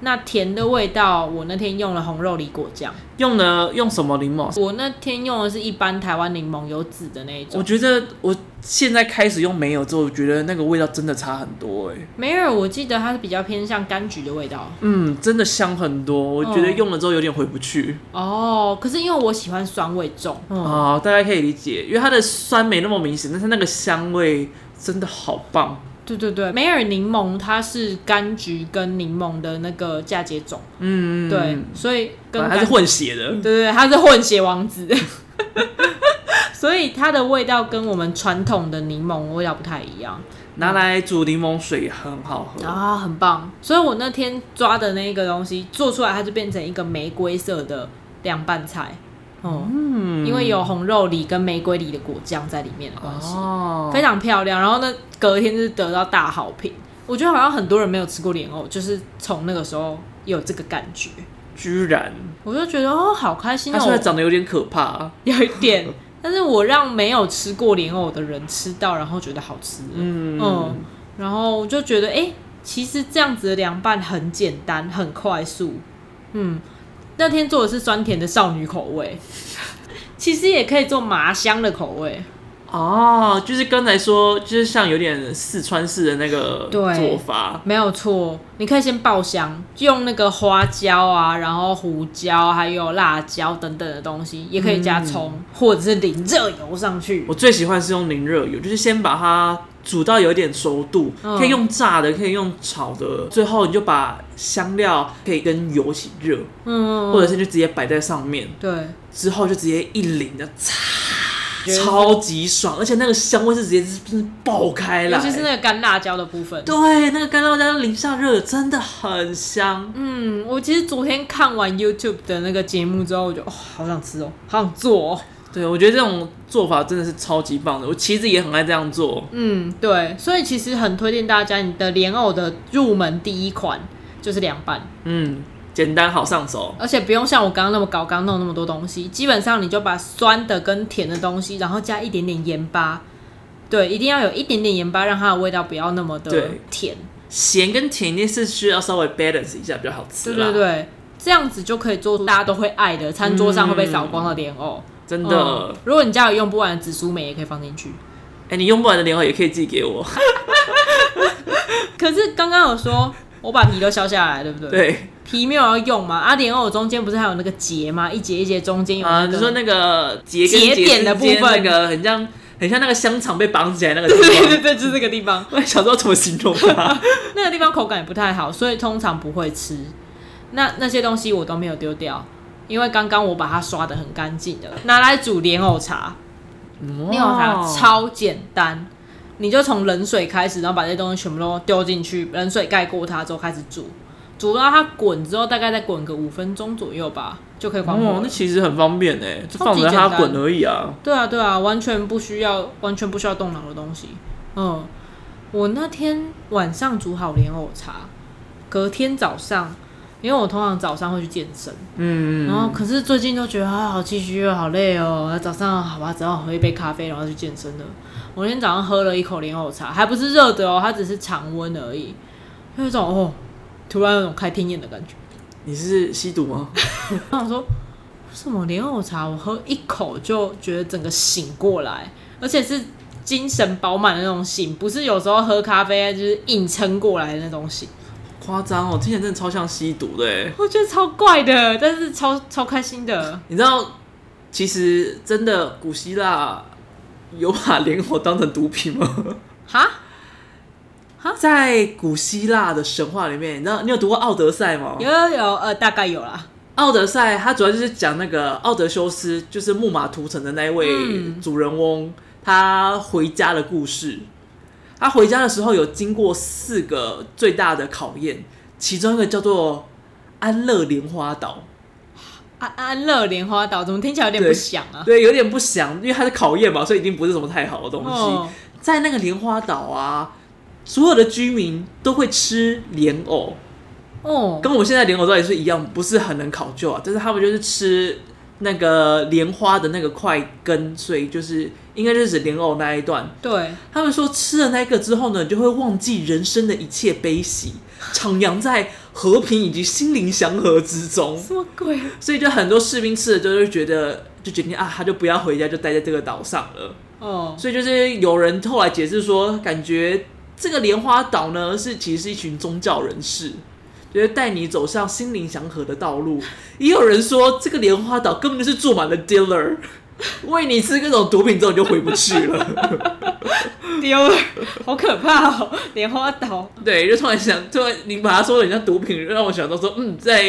[SPEAKER 1] 那甜的味道，我那天用了红肉梨果酱，
[SPEAKER 2] 用了用什么柠檬？
[SPEAKER 1] 我那天用的是一般台湾柠檬有籽的那一
[SPEAKER 2] 我
[SPEAKER 1] 种。
[SPEAKER 2] 觉得我现在开始用没有之后，我觉得那个味道真的差很多哎、
[SPEAKER 1] 梅尔，我记得它是比较偏向柑橘的味道
[SPEAKER 2] 嗯，真的香很多。我觉得用了之后有点回不去
[SPEAKER 1] 哦。可是因为我喜欢酸味重，
[SPEAKER 2] 啊、
[SPEAKER 1] 嗯，
[SPEAKER 2] 大家可以理解，因为它的酸没那么明显，但是那个香味真的好棒。
[SPEAKER 1] 对对对，梅尔柠檬它是柑橘跟柠檬的那个嫁接种，
[SPEAKER 2] 嗯，
[SPEAKER 1] 对，所以跟
[SPEAKER 2] 反正它
[SPEAKER 1] 柑
[SPEAKER 2] 是混血的。
[SPEAKER 1] 对对对，它是混血王子， 所以它的味道跟我们传统的柠檬味道不太一样
[SPEAKER 2] 拿来煮柠檬水也很好喝。
[SPEAKER 1] 啊，很棒。所以我那天抓的那个东西做出来，它就变成一个玫瑰色的凉拌菜，哦、
[SPEAKER 2] 嗯
[SPEAKER 1] 因为有红肉梨跟玫瑰梨的果酱在里面的关系，
[SPEAKER 2] 哦，
[SPEAKER 1] 非常漂亮。然后呢，隔天就是得到大好评。我觉得好像很多人没有吃过莲藕，就是从那个时候有这个感觉，
[SPEAKER 2] 居然，
[SPEAKER 1] 我就觉得哦，好开心哦！
[SPEAKER 2] 它虽然长得有点可怕，
[SPEAKER 1] 有一点，但是我让没有吃过莲藕的人吃到，然后觉得好吃，嗯
[SPEAKER 2] 嗯，
[SPEAKER 1] 然后我就觉得，哎、其实这样子的凉拌很简单，很快速，嗯，那天做的是酸甜的少女口味， 其实也可以做麻香的口味，
[SPEAKER 2] 哦，就是刚才说，就是像有点四川式的那个
[SPEAKER 1] 对
[SPEAKER 2] 做法，
[SPEAKER 1] 没有错，你可以先爆香，用那个花椒啊，然后胡椒还有辣椒等等的东西，也可以加葱、或者是淋热油上去，
[SPEAKER 2] 嗯我最喜欢是用淋热油，就是先把它煮到有点熟度，
[SPEAKER 1] 嗯
[SPEAKER 2] 可以用炸的，可以用炒的，最后你就把香料可以跟油一起热，
[SPEAKER 1] 嗯，
[SPEAKER 2] 或者是就直接摆在上面，
[SPEAKER 1] 对。
[SPEAKER 2] 之后就直接一淋的，
[SPEAKER 1] 觉得
[SPEAKER 2] 嚓
[SPEAKER 1] 是
[SPEAKER 2] 超级爽，而且那个香味是直接就是爆开
[SPEAKER 1] 尤
[SPEAKER 2] 来，
[SPEAKER 1] 其是那个干辣椒的部分。
[SPEAKER 2] 对那个干辣椒淋上热，真的很香。
[SPEAKER 1] 嗯，我其实昨天看完 YouTube 的那个节目之后，我就哦，好想吃哦，好想做哦。
[SPEAKER 2] 对，我觉得这种做法真的是超级棒的，我其实也很爱这样做。
[SPEAKER 1] 嗯，对，所以其实很推荐大家，你的莲藕的入门第一款就是凉拌，
[SPEAKER 2] 嗯，简单好上手。
[SPEAKER 1] 而且不用像我刚刚那么搞，刚弄那么多东西，基本上你就把酸的跟甜的东西，然后加一点点盐巴。对，一定要有一点点盐巴，让它的味道不要那么的
[SPEAKER 2] 对
[SPEAKER 1] 甜。
[SPEAKER 2] 咸跟甜一定是需要稍微 balance 一下比较好吃
[SPEAKER 1] 对
[SPEAKER 2] 啦。
[SPEAKER 1] 对对，这样子就可以做出大家都会爱的餐桌上会被扫光的莲藕。
[SPEAKER 2] 真的。哎、
[SPEAKER 1] 嗯如果你家有用不完的紫苏梅，也可以放进去。
[SPEAKER 2] 你用不完的莲藕也可以寄给我。
[SPEAKER 1] 可是刚刚有说，我把皮都削下来，对不对？，
[SPEAKER 2] 对
[SPEAKER 1] 皮没有要用嘛？啊，莲藕中间不是还有那个节吗？一节一节中间有
[SPEAKER 2] 啊，
[SPEAKER 1] 那个、
[SPEAKER 2] 你说那个节跟
[SPEAKER 1] 节
[SPEAKER 2] 节
[SPEAKER 1] 点的
[SPEAKER 2] 之间
[SPEAKER 1] 部分
[SPEAKER 2] 那个很像很像那个香肠被绑起来那个地
[SPEAKER 1] 对 对
[SPEAKER 2] 方。
[SPEAKER 1] 对对，就是这个地方，
[SPEAKER 2] 我想知道怎么形容 它。
[SPEAKER 1] 那个地方口感也不太好，所以通常不会吃。那那些东西我都没有丢掉，因为刚刚我把它刷的很干净的，拿来煮莲藕茶。莲藕茶
[SPEAKER 2] 哇
[SPEAKER 1] 啊超简单，你就从冷水开始，然后把这些东西全部都丢进去，冷水盖过它之后开始煮，煮到它滚之后，大概再滚个五分钟左右吧，就可以关火
[SPEAKER 2] 哦，
[SPEAKER 1] 了
[SPEAKER 2] 那其实很方便哎，就放着
[SPEAKER 1] 超级
[SPEAKER 2] 它
[SPEAKER 1] 简单
[SPEAKER 2] 滚而已啊。
[SPEAKER 1] 对啊，对啊，完全不需要，完全不需要动脑的东西。嗯，我那天晚上煮好莲藕茶，隔天早上，因为我通常早上会去健身，
[SPEAKER 2] 嗯，
[SPEAKER 1] 然后可是最近都觉得啊，好气虚哦，好累哦。那早上好吧，只好喝一杯咖啡，然后去健身了。我那天早上喝了一口莲藕茶，还不是热的哦，它只是常温而已，就有一种哦，突然有种开天眼的感觉。
[SPEAKER 2] 你是吸毒吗？
[SPEAKER 1] 然后我说，为什么莲藕茶我喝一口就觉得整个醒过来，而且是精神饱满的那种醒，不是有时候喝咖啡啊就是硬撑过来的那种醒。
[SPEAKER 2] 夸张哦，听起来真的超像吸毒的哎。
[SPEAKER 1] 我觉得超怪的，但是超超开心的。
[SPEAKER 2] 你知道，其实真的古希腊有把莲藕当成毒品吗？
[SPEAKER 1] 哈，
[SPEAKER 2] 在古希腊的神话里面，你知道你有读过《奥德赛》吗？
[SPEAKER 1] 有有有，呃，大概有啦。
[SPEAKER 2] 奥德赛它主要就是讲那个奥德修斯，就是木马屠城的那一位
[SPEAKER 1] 嗯
[SPEAKER 2] 主人翁，他回家的故事。他回家的时候有经过四个最大的考验，其中一个叫做安乐莲花岛。
[SPEAKER 1] 安安乐莲花岛怎么听起来有点不响啊？
[SPEAKER 2] 对，有点不详，因为它是考验嘛，所以一定不是什么太好的东西。
[SPEAKER 1] 哦，
[SPEAKER 2] 在那个莲花岛啊，所有的居民都会吃莲藕，
[SPEAKER 1] 哦，
[SPEAKER 2] 跟我们现在莲藕到底是一样，不是很能考究啊。但是他们就是吃那个莲花的那个块根，所以就是应该就是指莲藕那一段。
[SPEAKER 1] 对，
[SPEAKER 2] 他们说吃了那个之后呢，你就会忘记人生的一切悲喜，徜徉在和平以及心灵祥和之中。
[SPEAKER 1] 什么鬼？
[SPEAKER 2] 所以就很多士兵吃了之后就觉得，就决定啊，他就不要回家，就待在这个岛上了。
[SPEAKER 1] 哦，
[SPEAKER 2] 所以就是有人后来解释说，感觉这个莲花岛呢是其实是一群宗教人士，就是带你走上心灵祥和的道路。 也有人说，这个莲花岛根本就是坐满了 dealer，喂你吃各种毒品之后你就回不去了。
[SPEAKER 1] 丢了，好可怕哦！莲花岛，
[SPEAKER 2] 对，就突然想，突然你把它说的很像毒品，让我想到说，嗯，在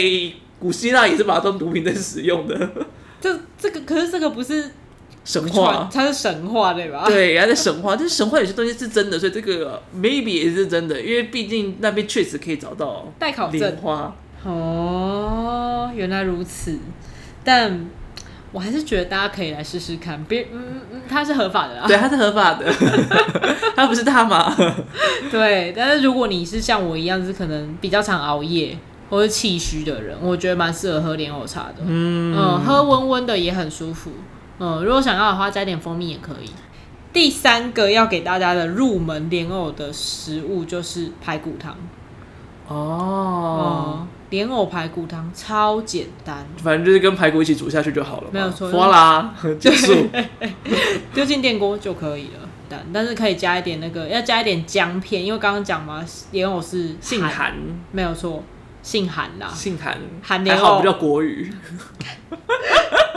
[SPEAKER 2] 古希腊也是把它当毒品在使用的
[SPEAKER 1] 这这个可是这个不是
[SPEAKER 2] 神
[SPEAKER 1] 传，
[SPEAKER 2] 话。
[SPEAKER 1] 它是神话对吧？
[SPEAKER 2] 对，然后在神话，但是神话有些东西是真的，所以这个呃 maybe 也是真的，因为毕竟那边确实可以找到
[SPEAKER 1] 待考
[SPEAKER 2] 莲
[SPEAKER 1] 证。
[SPEAKER 2] 花。
[SPEAKER 1] 哦，原来如此，但我还是觉得大家可以来试试看，别嗯嗯，嗯它是合法的啦。
[SPEAKER 2] 对，它是合法的，它不是大麻。
[SPEAKER 1] 对，但是如果你是像我一样，是可能比较常熬夜或是气虚的人，我觉得蛮适合喝莲藕茶的。嗯喝温温的也很舒服。嗯，如果想要的话，加点蜂蜜也可以。第三个要给大家的入门莲藕的食物就是排骨汤。
[SPEAKER 2] 哦，
[SPEAKER 1] 嗯，莲藕排骨汤超简单，
[SPEAKER 2] 反正就是跟排骨一起煮下去就好了嘛，
[SPEAKER 1] 没有错
[SPEAKER 2] 哗啦，结束。
[SPEAKER 1] 丢进电锅就可以了。但但是可以加一点那个，要加一点姜片，因为刚刚讲嘛，莲藕是
[SPEAKER 2] 姓
[SPEAKER 1] 寒，
[SPEAKER 2] 韩，
[SPEAKER 1] 没有错，性寒啦。
[SPEAKER 2] 姓韩，
[SPEAKER 1] 韩
[SPEAKER 2] 还
[SPEAKER 1] 莲
[SPEAKER 2] 好
[SPEAKER 1] 藕
[SPEAKER 2] 不叫国语。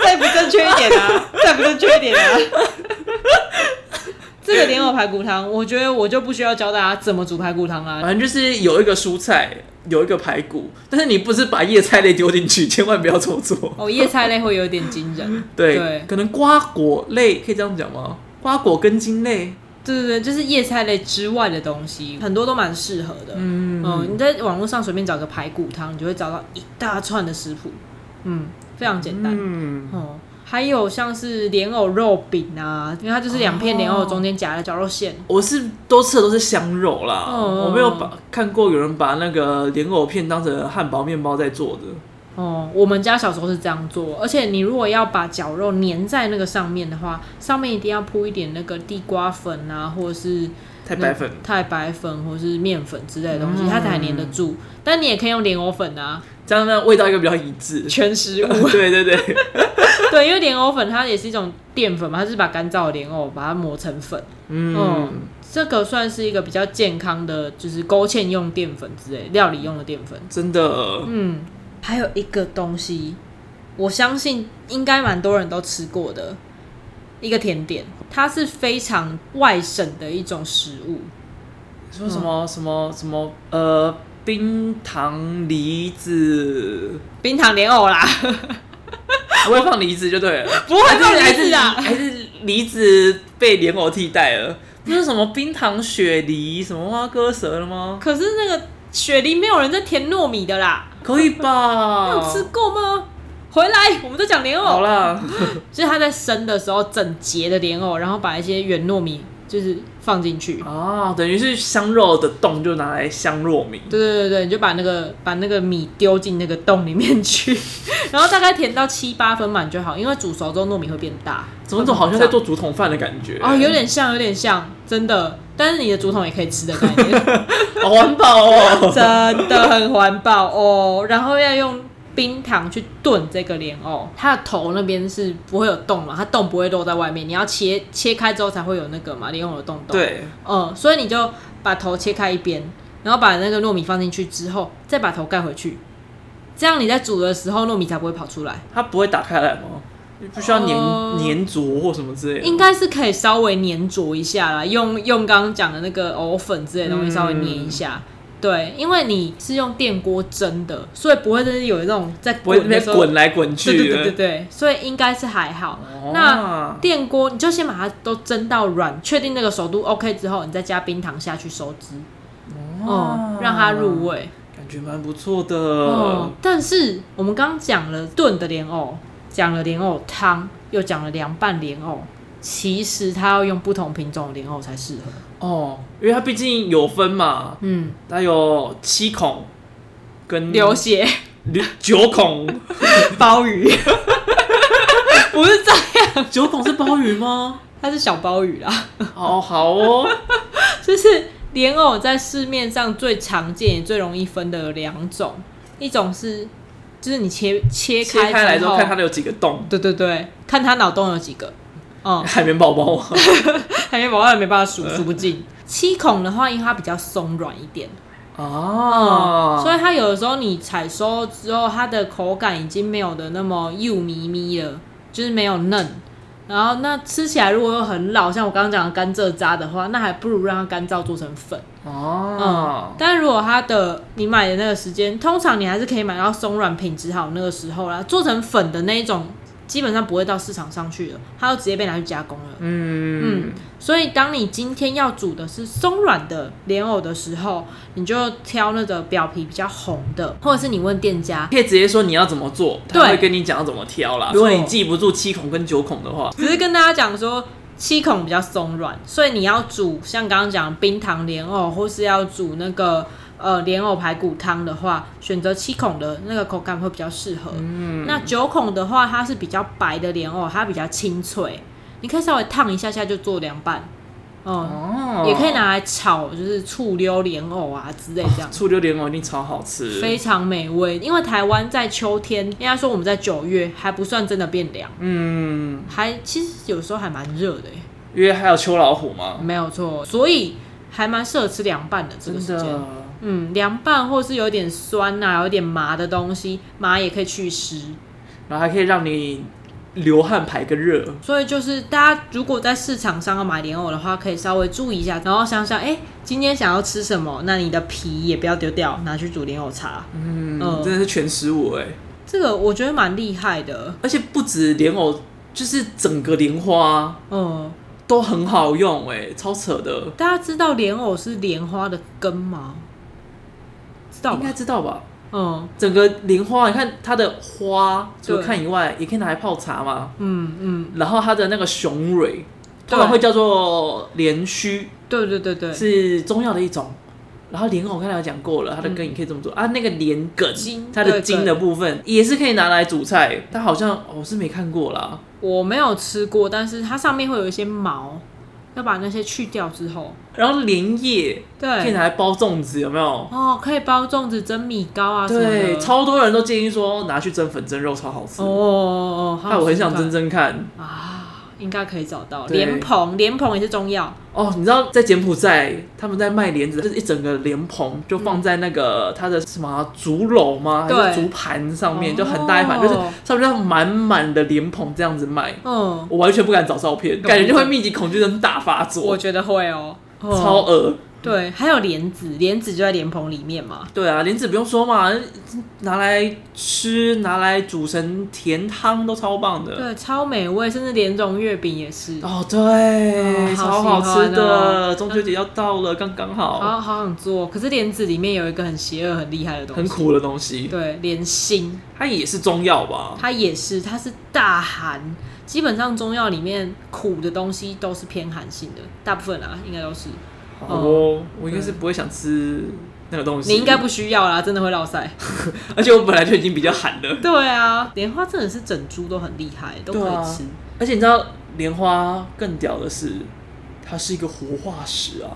[SPEAKER 1] 再不正确一点啊！ 再不正确一点啊！这个莲藕排骨汤，我觉得我就不需要教大家怎么煮排骨汤啦。
[SPEAKER 2] 反正就是有一个蔬菜，有一个排骨，但是你不是把叶菜类丢进去，千万不要这么做。
[SPEAKER 1] 哦，叶菜类会有点惊人。
[SPEAKER 2] 对，
[SPEAKER 1] 对
[SPEAKER 2] 可能瓜果类可以这样讲吗？瓜果根茎类，
[SPEAKER 1] 对对对，就是叶菜类之外的东西，很多都蛮适合的。嗯你在网络上随便找个排骨汤，你就会找到一大串的食谱。嗯，非常简单。
[SPEAKER 2] 嗯，
[SPEAKER 1] 哦，还有像是莲藕肉饼啊，因为它就是两片莲藕中间夹了绞肉馅。
[SPEAKER 2] 我是都吃的都是香肉啦，
[SPEAKER 1] 哦
[SPEAKER 2] 我没有把看过有人把那个莲藕片当成汉堡面包在做的。
[SPEAKER 1] 哦，我们家小时候是这样做，而且你如果要把绞肉粘在那个上面的话，上面一定要铺一点那个地瓜粉啊，或者是
[SPEAKER 2] 太
[SPEAKER 1] 嗯
[SPEAKER 2] 白粉，
[SPEAKER 1] 太白粉或是面粉之类的东西，它才粘得住。但你也可以用莲藕粉啊，。
[SPEAKER 2] 这样呢味道应该比较一致
[SPEAKER 1] 全食物。
[SPEAKER 2] 对对对，
[SPEAKER 1] 对，因为莲藕粉它也是一种淀粉嘛，它就是把干燥的莲藕把它磨成粉。
[SPEAKER 2] 嗯，
[SPEAKER 1] 这个算是一个比较健康的，就是勾芡用淀粉之类，料理用的淀粉。
[SPEAKER 2] 真的，
[SPEAKER 1] 嗯，还有一个东西，我相信应该蛮多人都吃过的一个甜点，它是非常外省的一种食物。
[SPEAKER 2] 说什
[SPEAKER 1] 嗯
[SPEAKER 2] 么什么什么呃，冰糖梨子，
[SPEAKER 1] 冰糖莲藕啦，
[SPEAKER 2] 不会放梨子就对了，
[SPEAKER 1] 不会放梨子啊
[SPEAKER 2] 还是还是梨子被莲藕替代了？不是什么冰糖雪梨什么花哥舌了 吗？
[SPEAKER 1] 可是那个雪梨没有人在甜糯米的啦，
[SPEAKER 2] 可以
[SPEAKER 1] 你有
[SPEAKER 2] 吧？
[SPEAKER 1] 吃过吗？回来，我们在讲莲
[SPEAKER 2] 好
[SPEAKER 1] 藕，
[SPEAKER 2] 啦，
[SPEAKER 1] 就是它在生的时候整节的莲藕，然后把一些圆糯米就是放进去。
[SPEAKER 2] 哦，等于是香肉的洞就拿来香糯米，
[SPEAKER 1] 对对对对，你就把那个把那个米丢进那个洞里面去， 然后大概填到七八分满就好，因为煮熟之后糯米会变大。
[SPEAKER 2] 怎么总好像在做竹筒饭的感觉
[SPEAKER 1] 哦，有点像，有点像，真的。但是你的竹筒也可以吃的概念，
[SPEAKER 2] 好环保哦。
[SPEAKER 1] 真的很环保哦。然后要用冰糖去炖这个莲藕，它的头那边是不会有洞嘛，它洞不会露在外面，你要切切开之后才会有那个嘛莲藕的洞洞。
[SPEAKER 2] 对，
[SPEAKER 1] 嗯，所以你就把头切开一边，然后把那个糯米放进去之后，再把头盖回去，这样你在煮的时候糯米才不会跑出来。
[SPEAKER 2] 它不会打开来吗？不需要粘
[SPEAKER 1] 呃
[SPEAKER 2] 粘着或什么之类的。
[SPEAKER 1] 应该是可以稍微粘着一下啦，用用刚刚讲的那个藕粉之类的东西
[SPEAKER 2] 嗯
[SPEAKER 1] 稍微粘一下。对，因为你是用电锅蒸的，所以不会真的有那种在
[SPEAKER 2] 不会
[SPEAKER 1] 滚
[SPEAKER 2] 那边
[SPEAKER 1] 的时候，
[SPEAKER 2] 滚来滚
[SPEAKER 1] 对对对
[SPEAKER 2] 去
[SPEAKER 1] 对
[SPEAKER 2] 的。哦啊
[SPEAKER 1] 对，所以应该是还好。那
[SPEAKER 2] 那
[SPEAKER 1] 电锅你就先把它都蒸到软，确定那个熟度 OK 之后，你再加冰糖下去收汁，哦、让它入味。
[SPEAKER 2] 感觉蛮不错
[SPEAKER 1] 哦
[SPEAKER 2] 的，，
[SPEAKER 1] 但是我们刚刚讲了炖的莲藕，讲了莲藕汤，又讲了凉拌莲藕。其实它要用不同品种的莲藕才适合。
[SPEAKER 2] 哦，因为它毕竟有分嘛，
[SPEAKER 1] 嗯，
[SPEAKER 2] 它有七孔跟
[SPEAKER 1] 流血
[SPEAKER 2] 流九孔，
[SPEAKER 1] 鲍鱼，不是这样，
[SPEAKER 2] 九孔是鲍鱼吗？
[SPEAKER 1] 它是小鲍鱼啦，
[SPEAKER 2] 哦，好哦，
[SPEAKER 1] 就是莲藕在市面上最常见也最容易分的有两种，一种是就是你切切
[SPEAKER 2] 切
[SPEAKER 1] 开
[SPEAKER 2] 开来之后看它
[SPEAKER 1] 它，
[SPEAKER 2] 的有几个洞，
[SPEAKER 1] 对对对，看它脑洞有几个。哦、
[SPEAKER 2] 海绵 宝宝啊，
[SPEAKER 1] 海绵宝宝也没办法数，数不尽。七孔的话，因为它比较松软一点，嗯
[SPEAKER 2] 哦，
[SPEAKER 1] 所以它有的时候你采收之后，它的口感已经没有的那么幼咪咪了，就是没有嫩。然后那吃起来如果又很老，像我刚刚讲的甘蔗渣的话，那还不如让它干燥做成粉。
[SPEAKER 2] 哦，
[SPEAKER 1] 但如果它的你买的那个时间，通常你还是可以买到松软、品质好那个时候啦。做成粉的那一种，基本上不会到市场上去了，它就直接被拿去加工了。
[SPEAKER 2] 嗯，
[SPEAKER 1] 所以，当你今天要煮的是松软的莲藕的时候，你就挑那个表皮比较红的，或者是你问店家，
[SPEAKER 2] 可以直接说你要怎么做，他
[SPEAKER 1] 对
[SPEAKER 2] 会跟你讲要怎么挑啦。
[SPEAKER 1] 错
[SPEAKER 2] 如果你记不住七孔跟九孔的话，
[SPEAKER 1] 只是跟大家讲说，七孔比较松软，所以你要煮像刚刚讲的冰糖莲藕，或是要煮那个呃莲藕排骨汤的话，选择七孔的那个口感会比较适合。嗯，那九孔的话，它是比较白的莲藕，它比较清脆，你可以稍微烫一下下就做凉拌。嗯，
[SPEAKER 2] 哦
[SPEAKER 1] 也可以拿来炒，就是醋溜莲藕啊之类这样。
[SPEAKER 2] 醋溜莲哦藕一定超好吃，
[SPEAKER 1] 非常美味。因为台湾在秋天，应该说我们在九月还不算真的变凉，
[SPEAKER 2] 嗯，
[SPEAKER 1] 还其实有时候还蛮热的耶，
[SPEAKER 2] 因为还有秋老虎嘛，
[SPEAKER 1] 没有错，所以还蛮适合吃凉拌嗯的这个
[SPEAKER 2] 真
[SPEAKER 1] 时间。
[SPEAKER 2] 的。
[SPEAKER 1] 嗯，凉拌或是有点酸呐、有点麻的东西，麻也可以去湿。
[SPEAKER 2] 然后还可以让你流汗排个热。
[SPEAKER 1] 所以就是大家如果在市场上要买莲藕的话，可以稍微注意一下，然后想想，哎、今天想要吃什么，那你的皮也不要丢掉，拿去煮莲藕茶。
[SPEAKER 2] 嗯，
[SPEAKER 1] 嗯
[SPEAKER 2] 真的是全食物哎、
[SPEAKER 1] 这个我觉得蛮厉害的。
[SPEAKER 2] 而且不止莲藕，就是整个莲花
[SPEAKER 1] 嗯，
[SPEAKER 2] 都很好用哎、超扯的，
[SPEAKER 1] 大家知道莲藕是莲花的根吗？知道
[SPEAKER 2] 应
[SPEAKER 1] 吧
[SPEAKER 2] 该？知道吧？
[SPEAKER 1] 嗯
[SPEAKER 2] 整个莲花，你看它的花，除了
[SPEAKER 1] 对
[SPEAKER 2] 看以外，也可以拿来泡茶嘛。
[SPEAKER 1] 嗯嗯，
[SPEAKER 2] 然后它的那个雄蕊，
[SPEAKER 1] 对
[SPEAKER 2] 通常会叫做莲须，
[SPEAKER 1] 对对对对，
[SPEAKER 2] 是中药的一种。然后莲藕我刚才有讲过了，它的根也可以这么做、啊。那个莲梗
[SPEAKER 1] 茎，
[SPEAKER 2] 它
[SPEAKER 1] 嗯
[SPEAKER 2] 的
[SPEAKER 1] 对
[SPEAKER 2] 茎
[SPEAKER 1] 梗
[SPEAKER 2] 的部分也是可以拿来煮菜。它好像、哦我是没看过啦，
[SPEAKER 1] 我没有吃过，但是它上面会有一些毛，要把那些去掉之后，
[SPEAKER 2] 然后莲叶可以
[SPEAKER 1] 对，
[SPEAKER 2] 拿来包粽子，有没有？
[SPEAKER 1] 哦，可以包粽子、蒸米糕啊什么的。
[SPEAKER 2] 对，超多人都建议说拿去蒸粉蒸肉超好吃
[SPEAKER 1] 哦，哦哦，好
[SPEAKER 2] 害我很想蒸
[SPEAKER 1] 吃
[SPEAKER 2] 蒸看。
[SPEAKER 1] 看啊，应该可以找到
[SPEAKER 2] 对
[SPEAKER 1] 莲蓬，莲蓬也是中药，
[SPEAKER 2] 哦，你知道在柬埔寨他们在卖莲子，就是一整个莲蓬就放在那个它的什么啊竹篓吗？还是
[SPEAKER 1] 对
[SPEAKER 2] 竹盘上面，
[SPEAKER 1] 哦
[SPEAKER 2] 就很大一盘，就是上面就满满的莲蓬这样子卖。
[SPEAKER 1] 嗯，
[SPEAKER 2] 我完全不敢找照片，
[SPEAKER 1] 懂
[SPEAKER 2] 感觉就会密集恐惧症大发
[SPEAKER 1] 我
[SPEAKER 2] 作，
[SPEAKER 1] 觉得会哦，哦
[SPEAKER 2] 超恶。
[SPEAKER 1] 对，还有莲子，莲子就在莲蓬里面嘛，
[SPEAKER 2] 对啊，莲子不用说嘛，拿来吃、拿来煮成甜汤都超棒的。
[SPEAKER 1] 对，超美味，甚至莲蓉月饼也是。
[SPEAKER 2] 哦，对，
[SPEAKER 1] 哦
[SPEAKER 2] 超
[SPEAKER 1] 好
[SPEAKER 2] 好
[SPEAKER 1] 喜欢
[SPEAKER 2] 吃的，
[SPEAKER 1] 哦
[SPEAKER 2] 中秋节要到了，刚刚好，
[SPEAKER 1] 好好想做，可是莲子里面有一个很邪恶、很厉害的东西，
[SPEAKER 2] 很苦的东西，
[SPEAKER 1] 对，莲心，
[SPEAKER 2] 它也是中药吧？
[SPEAKER 1] 它也是，它是大寒。基本上中药里面苦的东西都是偏寒性的，大部分啊应该都是。
[SPEAKER 2] 好哦，我应该是不会想吃那个东西，
[SPEAKER 1] 你应该，不需要啦，真的会落腮。
[SPEAKER 2] 而且我本来就已经比较寒 了，
[SPEAKER 1] 对啊，莲花真的是整株都很厉害，都可
[SPEAKER 2] 对啊
[SPEAKER 1] 以吃。
[SPEAKER 2] 而且你知道莲花更屌的是，它是一个活化石啊，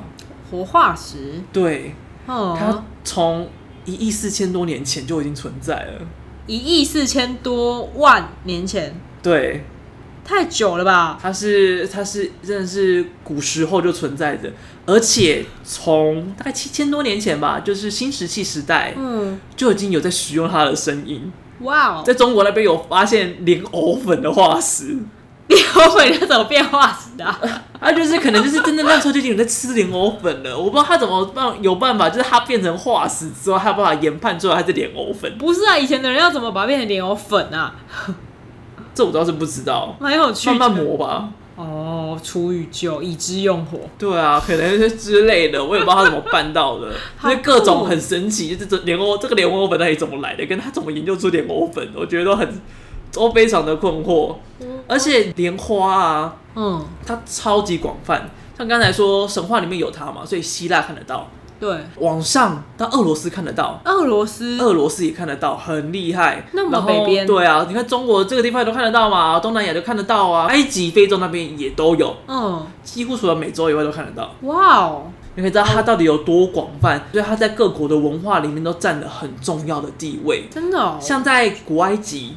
[SPEAKER 1] 活化石，
[SPEAKER 2] 对，它
[SPEAKER 1] 哦，
[SPEAKER 2] 从一亿四千多年前就已经存在了，
[SPEAKER 1] 一亿四千多万年前，
[SPEAKER 2] 对，
[SPEAKER 1] 太久了吧？
[SPEAKER 2] 它是它是真的是古时候就存在的，而且从大概七千多年前吧，就是新石器时代
[SPEAKER 1] 嗯，
[SPEAKER 2] 就已经有在使用它的声音。
[SPEAKER 1] 哇 哦，
[SPEAKER 2] 在中国那边有发现莲藕粉的化石，
[SPEAKER 1] 莲花粉它怎么变化石的啊、
[SPEAKER 2] 它就是可能就是真的那时候就已经有在吃莲藕粉了。我不知道它怎么办有办法，就是它变成化石之后，它有办法研判出来它是莲藕粉，
[SPEAKER 1] 不是啊，以前的人要怎么把它变成莲藕粉啊？
[SPEAKER 2] 这我倒是不知道。
[SPEAKER 1] 蛮有趣的。
[SPEAKER 2] 慢慢磨吧，
[SPEAKER 1] 哦，出与就，以之用火。
[SPEAKER 2] 对啊，可能是之类的，我也不知道他怎么办到的，
[SPEAKER 1] 好
[SPEAKER 2] 就是各种
[SPEAKER 1] 酷哦
[SPEAKER 2] 很神奇，就是这莲藕这个莲藕粉到底怎么来的，跟他怎么研究出莲藕粉，我觉得都很都非常的困惑。而且莲花啊，
[SPEAKER 1] 嗯，
[SPEAKER 2] 它超级广泛，像刚才说神话里面有它嘛，所以希腊看得到，
[SPEAKER 1] 对，
[SPEAKER 2] 往上到俄罗斯看得到。
[SPEAKER 1] 俄罗斯，
[SPEAKER 2] 俄罗斯也看得到，很厉害。
[SPEAKER 1] 那么
[SPEAKER 2] 然后
[SPEAKER 1] 北边
[SPEAKER 2] 对啊，你看中国这个地方也都看得到嘛，东南亚都看得啊到啊，埃及、非洲那边也都有，
[SPEAKER 1] 嗯，
[SPEAKER 2] 几乎除了美洲以外都看得到。
[SPEAKER 1] 哇哦，
[SPEAKER 2] 你可以知道它到底有多广泛，所以它在各国的文化里面都占了很重要的地位。
[SPEAKER 1] 真的哦，
[SPEAKER 2] 像在古埃及，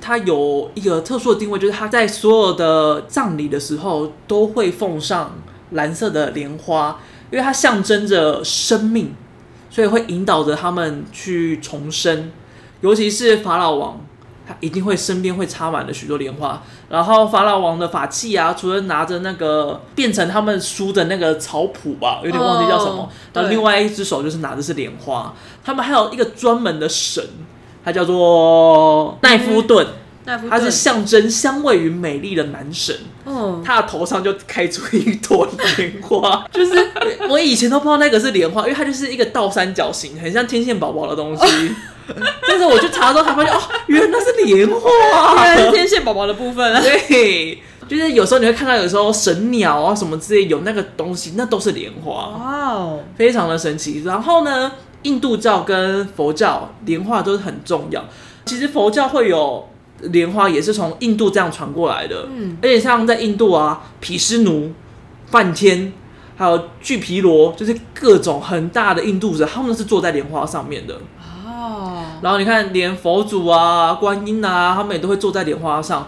[SPEAKER 2] 它有一个特殊的定位，就是它在所有的葬礼的时候都会奉上蓝色的莲花，因为它象征着生命，所以会引导着他们去重生。尤其是法老王，他一定会身边会插满了许多莲花。然后法老王的法器啊，除了拿着那个变成他们书的那个草谱吧，有点忘记叫什么。
[SPEAKER 1] 哦
[SPEAKER 2] 然
[SPEAKER 1] 对
[SPEAKER 2] 后另外一只手就是拿的是莲花。他们还有一个专门的神，它叫做奈夫顿，
[SPEAKER 1] 那不
[SPEAKER 2] 它
[SPEAKER 1] 对
[SPEAKER 2] 是象征相位于美丽的男神。
[SPEAKER 1] 哦，
[SPEAKER 2] 他的头上就开出一朵莲 花，
[SPEAKER 1] 就是
[SPEAKER 2] 我以前都不知道那个是莲花，因为它就是一个倒三角形，很像天线宝宝的 东西。但是我去查之后才发现，哦，原来是莲
[SPEAKER 1] 原来是
[SPEAKER 2] 花。
[SPEAKER 1] 天线宝宝的部分啊。
[SPEAKER 2] 对，就是有时候你会看到，有时候神鸟啊什么之类有那个东西，那都是莲花，
[SPEAKER 1] 哇哦，
[SPEAKER 2] 非常的神奇。然后呢，印度教跟佛教莲花都是很重要。其实佛教会有莲花，也是从印度这样传过来的。
[SPEAKER 1] 嗯，
[SPEAKER 2] 而且像在印度啊，毗湿奴、梵天，还有巨皮罗，就是各种很大的印度人，他们都是坐在莲花上面的。
[SPEAKER 1] 哦，
[SPEAKER 2] 然后你看，连佛祖啊、观音啊，他们也都会坐在莲花上。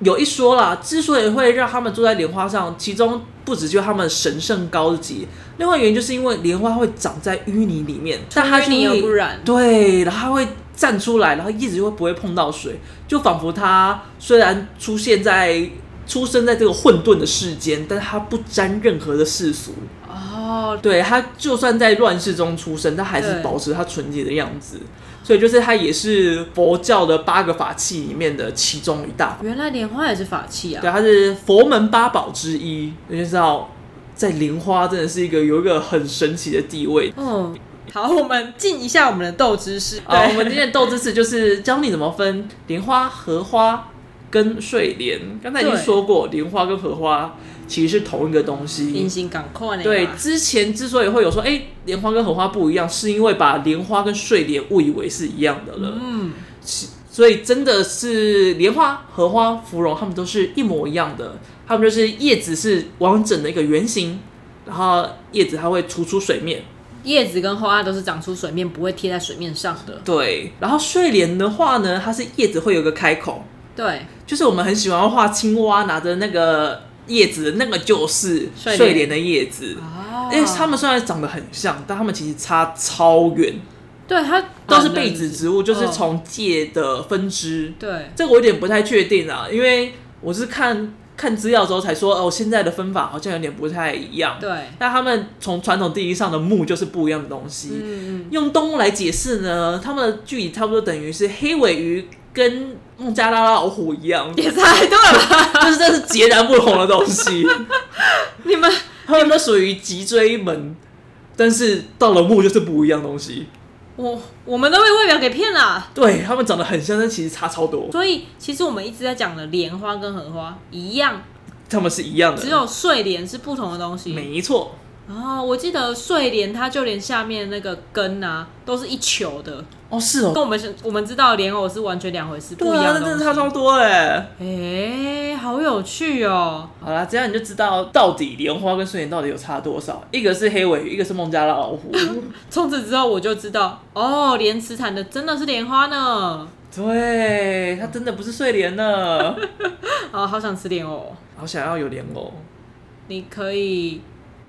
[SPEAKER 2] 有一说啦，之所以会让他们坐在莲花上，其中不只就是他们神圣高级，另外原因就是因为莲花会长在淤泥里面，但它
[SPEAKER 1] 淤泥
[SPEAKER 2] 就会
[SPEAKER 1] 而不染
[SPEAKER 2] 对，然后它会站出来，然后一直就会不会碰到水，就仿佛它虽然出现在出生在这个混沌的世间，但是它不沾任何的世俗。
[SPEAKER 1] 哦，
[SPEAKER 2] 对他，就算在乱世中出生，他还是
[SPEAKER 1] 对
[SPEAKER 2] 保持他纯洁的样子。所以就是他也是佛教的八个法器里面的其中一大法。
[SPEAKER 1] 原来莲花也是法器啊。
[SPEAKER 2] 对，它是佛门八宝之一。你就知道，在莲花真的是一个有一个很神奇的地位。
[SPEAKER 1] 嗯，好，我们进一下我们的豆知识。哦
[SPEAKER 2] 啊，我们今天的斗智士就是教你怎么分莲花、荷花跟睡莲。刚才已经
[SPEAKER 1] 对
[SPEAKER 2] 说过，莲花跟荷花其实是同一个东西，
[SPEAKER 1] 隐形港快啊呢？
[SPEAKER 2] 对，之前之所以会有说，哎、莲花跟荷花不一样，是因为把莲花跟睡莲误以为是一样的了。
[SPEAKER 1] 嗯，
[SPEAKER 2] 所以真的是莲花、荷花、芙蓉，它们都是一模一样的，它们就是叶子是完整的一个圆形，然后叶子它会突出水面。
[SPEAKER 1] 叶子跟花都是长出水面，不会贴在水面上的。
[SPEAKER 2] 对，然后睡莲的话呢，它是叶子会有个开口，
[SPEAKER 1] 对，
[SPEAKER 2] 就是我们很喜欢画青蛙拿着那个叶子，那个就是
[SPEAKER 1] 睡莲
[SPEAKER 2] 睡莲的叶子。
[SPEAKER 1] 哦
[SPEAKER 2] 因为它们虽然长得很像，但它们其实差超远。
[SPEAKER 1] 对它
[SPEAKER 2] 都是被子植物，就是
[SPEAKER 1] 哦
[SPEAKER 2] 从介的分支。
[SPEAKER 1] 对，
[SPEAKER 2] 这个我有点不太确定啊，因为我是看看资料之后才说，哦，现在的分法好像有点不太一样。
[SPEAKER 1] 对，
[SPEAKER 2] 那他们从传统定义上的木就是不一样的东西。
[SPEAKER 1] 嗯嗯，
[SPEAKER 2] 用动物来解释呢，它们的距离差不多等于是黑尾鱼跟孟加拉老虎 一样，
[SPEAKER 1] 也猜对了，
[SPEAKER 2] 就是这是截然不同的东西。
[SPEAKER 1] 你们
[SPEAKER 2] 它们都属于脊椎门，但是到了木就是不一样的东西。
[SPEAKER 1] 我我们都被外表给骗了。
[SPEAKER 2] 对，它们长得很像，但其实差超多，
[SPEAKER 1] 所以其实我们一直在讲的莲花跟荷花一样，
[SPEAKER 2] 它们是一样的。
[SPEAKER 1] 只有睡莲是不同的东西。
[SPEAKER 2] 没错，
[SPEAKER 1] 哦，我记得睡莲它就连下面那个根啊，都是一球的，
[SPEAKER 2] 哦是哦，
[SPEAKER 1] 跟我们是我们知道的莲藕是完全两回事，不
[SPEAKER 2] 对
[SPEAKER 1] 一
[SPEAKER 2] 啊，
[SPEAKER 1] 样的
[SPEAKER 2] 那
[SPEAKER 1] 东
[SPEAKER 2] 真的
[SPEAKER 1] 西。
[SPEAKER 2] 差超多哎。
[SPEAKER 1] 哎、好有趣哦！
[SPEAKER 2] 好啦，这样你就知道到底莲花跟睡莲到底有差多少，一个是黑尾鱼，一个是孟加拉老 虎。
[SPEAKER 1] 从此之后我就知道，哦，莲池产的真的是莲花呢。
[SPEAKER 2] 对，它真的不是睡莲 呢。
[SPEAKER 1] 啊，好想吃莲藕，
[SPEAKER 2] 好想要有莲藕。
[SPEAKER 1] 你可以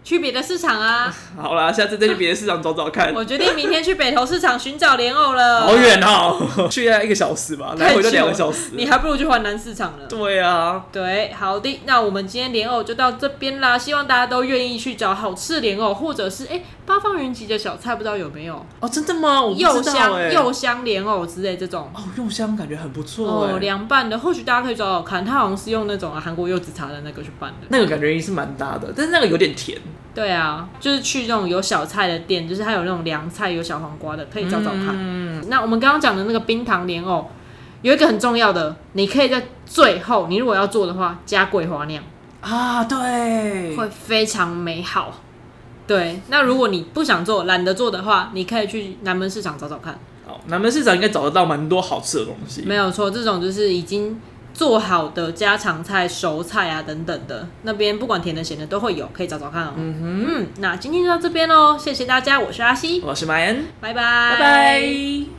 [SPEAKER 1] 去别的市场 啊。
[SPEAKER 2] 好啦，下次再去别的市场找找看。
[SPEAKER 1] 我决定明天去北投市场寻找莲藕了。
[SPEAKER 2] 好远哦， 去要一个小时吧，来回就两个小时。
[SPEAKER 1] 你还不如去华南市场呢。
[SPEAKER 2] 对啊，
[SPEAKER 1] 对，好的，那我们今天莲藕就到这边啦。希望大家都愿意去找好吃的莲藕，或者是哎、八方云集的小菜，不知道有没有
[SPEAKER 2] 哦，真的吗？我不
[SPEAKER 1] 柚
[SPEAKER 2] 知道哎。
[SPEAKER 1] 香柚香莲藕之类这种。
[SPEAKER 2] 哦，柚香感觉很不错
[SPEAKER 1] 哦，
[SPEAKER 2] 哎，
[SPEAKER 1] 凉拌的，或许大家可以找找看，它好像是用那种啊韩国柚子茶的那个去拌的。
[SPEAKER 2] 那个感觉也是蛮搭的，但是那个有点甜。
[SPEAKER 1] 对啊，就是去那种有小菜的店，就是它有那种凉菜、有小黄瓜的，可以找找看。那我们刚刚讲的那个冰糖莲藕，有一个很重要的，你可以在最后，你如果要做的话，加桂花酿
[SPEAKER 2] 啊，对，
[SPEAKER 1] 会非常美好。对，那如果你不想做、懒得做的话，你可以去南门市场找找看。
[SPEAKER 2] 好，南门市场应该找得到蛮多好吃的东西。
[SPEAKER 1] 没有错，这种就是已经做好的家常菜、熟菜啊等等的，那边不管甜的、咸的都会有，可以找找看哦。嗯哼，那今天就到这边喽，谢谢大家，我是阿西，
[SPEAKER 2] 我是马恩，
[SPEAKER 1] 拜拜，
[SPEAKER 2] 拜
[SPEAKER 1] 拜
[SPEAKER 2] 拜。